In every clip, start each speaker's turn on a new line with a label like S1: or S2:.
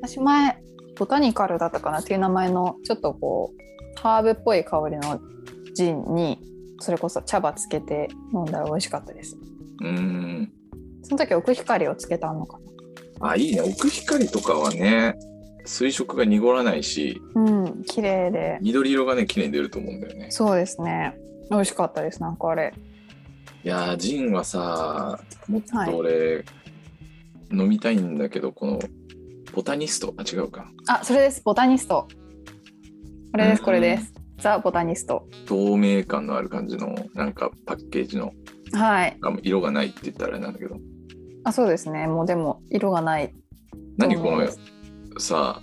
S1: 私前ボタニカルだったかなっていう名前のちょっとこうハーブっぽい香りのジンにそれこそ茶葉つけて飲んだら美味しかったです
S2: うん。
S1: その時奥光をつけたのか
S2: あ、いいね。奥光とかはね、水色が濁らないし、
S1: なうん綺麗で
S2: 緑色がね、綺麗に出ると思うんだよね。
S1: そうですね美味しかったですなんかあれ
S2: いやー、ジンはさ、もっと俺、飲みたいんだけど、この、ボタニスト、あ、違うか。
S1: あそれですボタニストこれですこれです、ザ・ボタニスト
S2: 透明感のある感じの、なんかパッケージの、
S1: はい
S2: あ色がないって言ったらあれなんだけど、
S1: あそうですねもうでも色がない
S2: 何
S1: 透
S2: こ
S1: 明
S2: の
S1: です
S2: さ、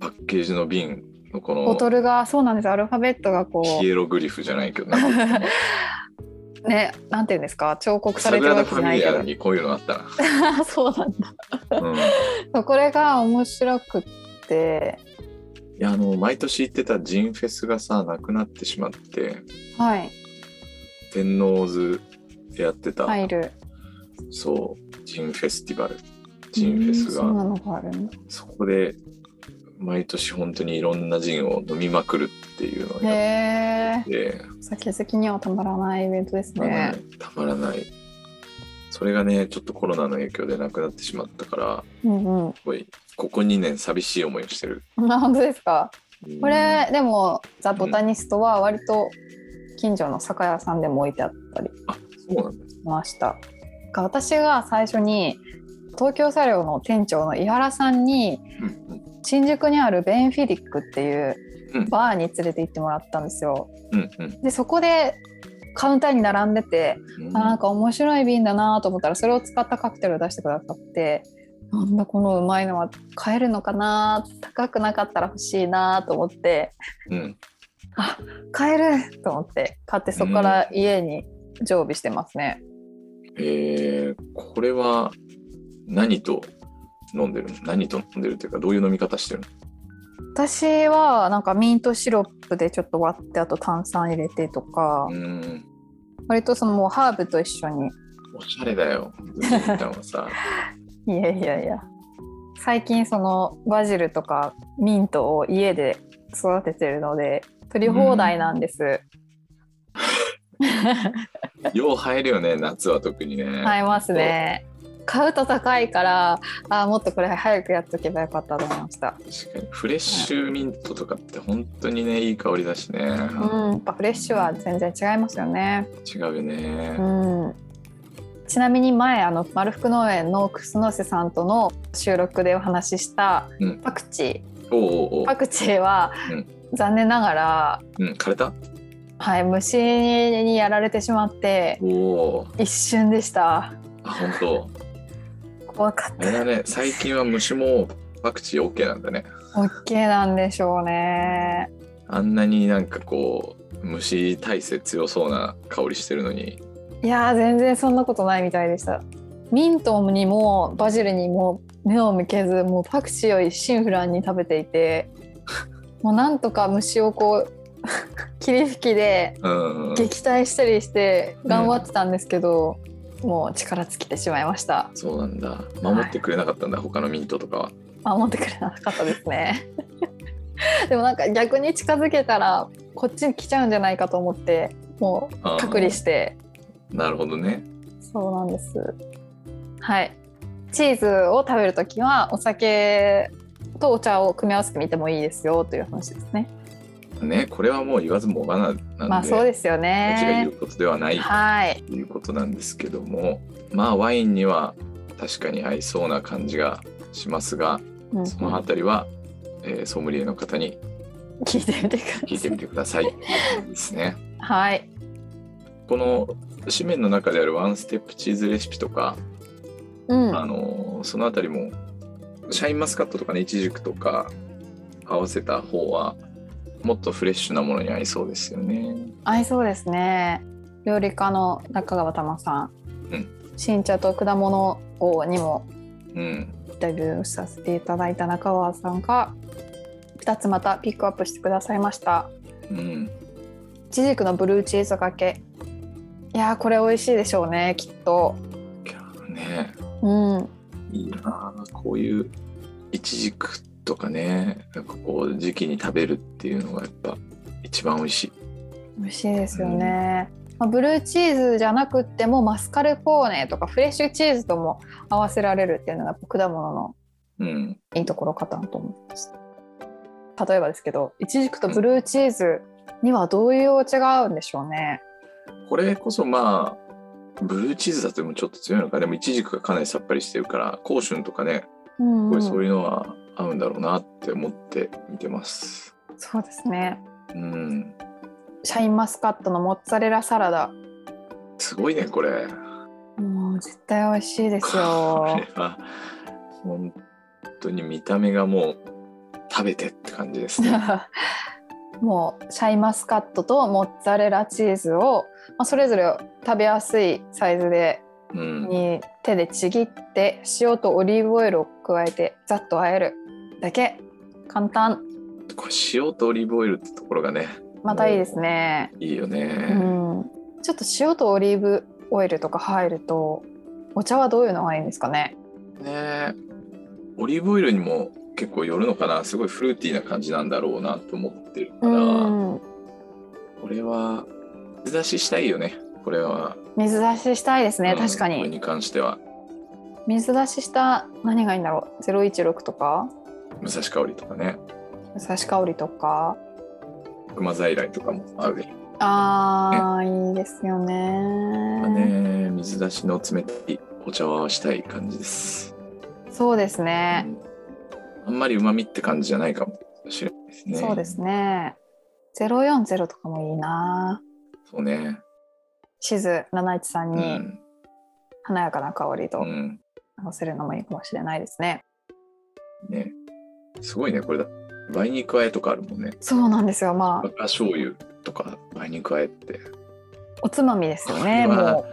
S2: パッケージの瓶のこ
S1: ボ
S2: の、
S1: トルがそうなんですアルファベットがこ
S2: ヒエログリフじゃないけど、なんか
S1: うねなんていうんですか彫刻さ
S2: サ
S1: れ
S2: グ
S1: てる
S2: ラダ・
S1: わけ
S2: フ
S1: じゃ
S2: ァ
S1: ない
S2: ミリ
S1: け
S2: ア
S1: ど
S2: にこういうのあったな。
S1: そうなんだ
S2: うん、い
S1: そうこれが面白くって
S2: やあの毎年行ってたジンフェスがさなくなってしまって
S1: はい
S2: 天王洲でやってた、
S1: 入る
S2: そうジンフェスティバルジンフェス
S1: うんそう
S2: が
S1: なのがあるんだ
S2: そこで毎年本当にいろんなジンを飲みまくるっていうのをや
S1: へえ
S2: って、
S1: 酒好きにはたまらないイベントです
S2: まあ
S1: ね
S2: ねたまらないそれがねちょっとコロナの影響でなくなってしまったから
S1: うんうん
S2: すごいここ2年寂しい思いをしてる。
S1: あ本当ですか
S2: うん
S1: これでもザ・ボタニストは割と近所の酒屋さんでも置いてあったり
S2: あそうなんだ
S1: しましたが私が最初に東京車両の店長の井原さんに
S2: うん
S1: 新宿にあるベンフィリックっていううんバーに連れて行ってもらったんですよ。
S2: うんうん
S1: でそこでカウンターに並んでて
S2: うん
S1: あなんか面白い瓶だなと思ったらそれを使ったカクテルを出してくださってなんだこのうまいのは買えるのかな高くなかったら欲しいなと思って
S2: うん
S1: あ買えると思って買ってそこから家に常備してますね。
S2: えー、これは何と飲んでるの何と飲んでるというかどういう飲み方してるの
S1: 私はなんかミントシロップでちょっと割ってあと炭酸入れてとか、
S2: うーん
S1: 割とそのもうハーブと一緒に
S2: おしゃれだ よ。ずっと言ったのはさ
S1: いやいやいや最近そのバジルとかミントを家で育ててるので取り放題なんです、
S2: よう入るよね夏は特にね。
S1: 買えますね買うと高いからあーもっとこれ早くやっとけばよかったと思いました、
S2: 確かにフレッシュミントとかって本当にねいい香りだしね、
S1: うん、やっぱフレッシュは全然違いますよね
S2: 違うよね
S1: う。ん、ちなみに前あの丸福農園の楠瀬さんとの収録でお話しした
S2: うん
S1: パクチ
S2: おうおうお
S1: ー
S2: う
S1: パクチーは、
S2: うん
S1: 残念ながら、
S2: うん枯れた
S1: はい、虫にやられてしまって
S2: おお
S1: 一瞬でした
S2: あ本当
S1: 怖かっ
S2: あれだね最近は虫もパクチー OK なんだね。
S1: た OK なんでしょうね
S2: あんなになんかこう虫耐性強そうな香りしてるのに
S1: いやー全然そんなことないみたいでしたミントにもバジルにも目を向けずもうパクチーを一心不乱に食べていてもうなんとか虫をこう 霧吹きで
S2: うん
S1: 撃退したりして
S2: ん
S1: 頑張ってたんですけど、もう力尽きてしまいました
S2: そうなんだ守ってくれなかったんだ、他のミントとかは
S1: 守ってくれなかったですねでもなんか逆に近づけたらこっちに来ちゃうんじゃないかと思っても
S2: あ
S1: う
S2: ー
S1: 隔離して
S2: なるほどね
S1: そうなんです。はい。チーズを食べるときはお酒とお茶を組み合わせてみてもいいですよという話ですね。
S2: ねこれはもう言わずもがななんで,、
S1: まあそうですよ
S2: 私が
S1: ね
S2: 言う。ことではない
S1: はい。
S2: ということなんですけどもまあワインには確かに合いそうな感じがしますが
S1: うん
S2: そのあたりは、えーソムリエの方に
S1: 聞いてみてください。
S2: 聞いてみてく ださいですね
S1: はい。
S2: この紙面の中であるワンステップチーズレシピとか
S1: うん。
S2: あのーそのあたりもシャインマスカットとかねイチジクとか合わせた方はもっとフレッシュなものに合いそうですよね。
S1: 合いそうですね。料理家の中川玉さん。
S2: うん
S1: 新茶と果物王にも
S2: うん、
S1: インタビューをさせていただいた中川さんが2つまたピックアップしてくださいました。
S2: うん、
S1: イチジクのブルーチーズがけいやーこれ美味しいでしょうねきっと
S2: キャラね
S1: うん
S2: いいなあこういうイチジクとかねなんかこう時期に食べるっていうのがやっぱ一番美味しい
S1: 美味しいですよね、まあ、ブルーチーズじゃなくってもマスカルポーネとかフレッシュチーズとも合わせられるっていうのがやっぱ果物の
S2: うん
S1: いいところかなと思います例えばですけどイチジクとブルーチーズにはどういうお茶が合うんでしょうね
S2: これこそまあブルーチーズだとでもちょっと強いのかでもイチジクがかなりさっぱりしてるから香春とかね
S1: うん
S2: こ
S1: う
S2: れ
S1: ん
S2: そういうのは合うんだろうなって思って見てます
S1: そうですね
S2: うん
S1: シャインマスカットのモッツァレラサラダ
S2: すごいねこれ
S1: もう絶対美味しいです
S2: こ
S1: よ
S2: れは本当に見た目がもう食べてって感じですね
S1: もうシャインマスカットとモッツァレラチーズを、まあ、それぞれ食べやすいサイズで
S2: うん
S1: に手でちぎって塩とオリーブオイルを加えてざっと和えるだけ簡単
S2: これ塩とオリーブオイルってところがね
S1: またいいですね、
S2: いいよ
S1: う
S2: ね、
S1: ん、ちょっと塩とオリーブオイルとか入るとお茶はどういうのがいいんですかね
S2: ねオリーブオイルにも結構よるのかなすごいフルーティーな感じなんだろうなと思ってるから、
S1: うん
S2: これは水出ししたいよねこれは、
S1: 水出ししたいですね、
S2: うん
S1: 確か
S2: これ
S1: に
S2: に関しては
S1: 水出しした何がいいんだろう016とか
S2: 武蔵香りとかね
S1: 武蔵香りとか
S2: 熊在来とかも合うよ、
S1: あーいいですよね
S2: ね水出しの冷たいお茶はしたい感じです、
S1: そうですね、
S2: うんあんまりうまみって感じじゃないかもしれないですね
S1: そうですね。ゼロ四ゼロとかもいいな。
S2: そうね
S1: シズ七一さん
S2: う
S1: に
S2: ん、
S1: 華やかな香り
S2: う
S1: と
S2: ん、
S1: 合わせるのもいいかもしれないですね。
S2: ね。すごいね、これだ。梅肉あえとかあるもんね。
S1: そうなんですよ。まあ
S2: 赤醤油とか梅肉あえって。
S1: おつまみですよね。
S2: これは
S1: も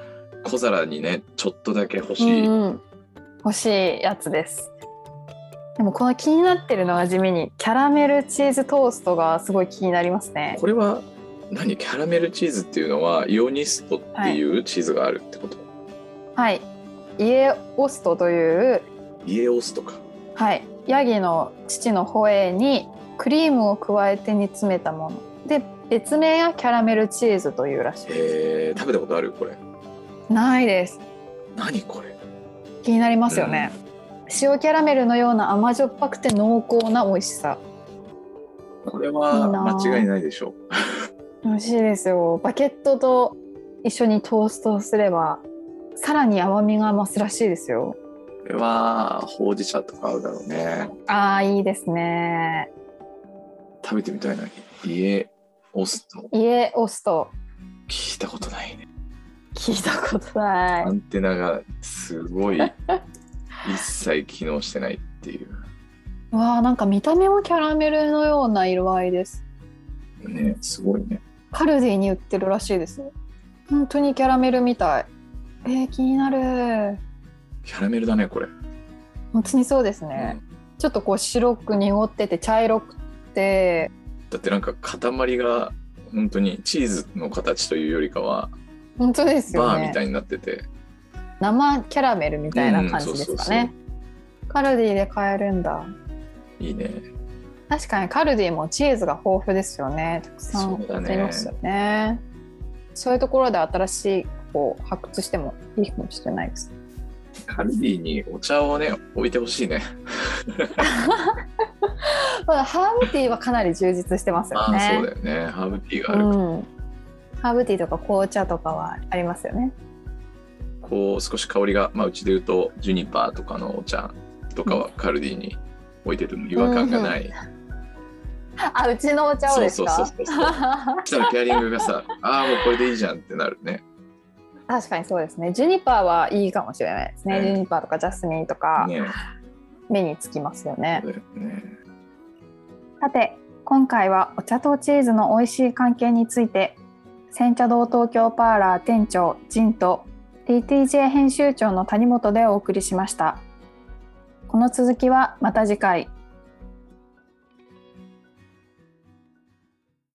S2: 小皿にね、ちょっとだけ欲
S1: う、う
S2: しい。
S1: んうん、欲しいやつです。でもこの気になってるのが地味にキャラメルチーズトーストがすごい気になりますね。
S2: これは何キャラメルチーズっていうのは、イオニストっていうチーズがあるってこと。
S1: はい。イエオストという
S2: イエオスとか。
S1: はい、ヤギの父のホエーにクリームを加えて煮詰めたもので別名がキャラメルチーズというらしいです
S2: えー、食べたことあるこれ。
S1: ないです
S2: 何これ。
S1: 気になりますよね、塩キャラメルのような甘じょっぱくて濃厚な美味しさ
S2: これ
S1: い
S2: はい
S1: な
S2: 間違いないでしょう。
S1: 美味しいですよバケットと一緒にトーストをすればさらに甘みが増すらしいですよ
S2: これはほうじ茶とか合うだろうね。
S1: あーいいですね
S2: 食べてみたいな。イエオスト。
S1: イエオスト
S2: 聞いたことないね。
S1: 聞いたことない
S2: アンテナがすご い一切機能してないっていう。
S1: わあなんか見た目もキャラメルのような色合いです
S2: ね、すごいね。
S1: カルディに売ってるらしいですよ本当にキャラメルみたいえー、気になる
S2: キャラメルだね、これ。
S1: 本当にそうですね、ちょっとこう白く濁ってて茶色くて
S2: だってなんか塊が本当にチーズの形というよりかは
S1: 本当ですよ
S2: バー
S1: ね
S2: みたいになってて、
S1: 生キャラメルみたいな感じですかね、カルディで買えるんだ
S2: いいね。
S1: 確かにカルディもチーズが豊富ですよねたくさん
S2: そうだ
S1: あ
S2: ね
S1: りますよねそういうところで新しいこう発掘してもいいかもしれないです
S2: カルディにお茶をね、置いてほしいね。
S1: まあハーブティーはかなり充実してますよ
S2: あ
S1: ね
S2: あ、そうだよね。ハーブティーがある。
S1: うん、ハーブティーとか紅茶とかはありますよね。
S2: こう、少し香りが、まあ、うちで言うと、ジュニパーとかのお茶とかはカルディに置いてても違和感がない。
S1: あ、うちのお茶をですか。
S2: そうそうそうそうそしたらペアリングがさ、ああ、もうこれでいいじゃんってなるね。
S1: 確かにそうですね。ジュニパーはいいかもしれないですね。
S2: うん
S1: ジュニパーとかジャスミンとか
S2: ね
S1: 目につきますよね。
S2: そうだよね。
S1: さて、今回はお茶とチーズの美味しい関係について、煎茶堂東京パーラー店長ジンと DTJ 編集長の谷本でお送りしました。この続きはまた次回。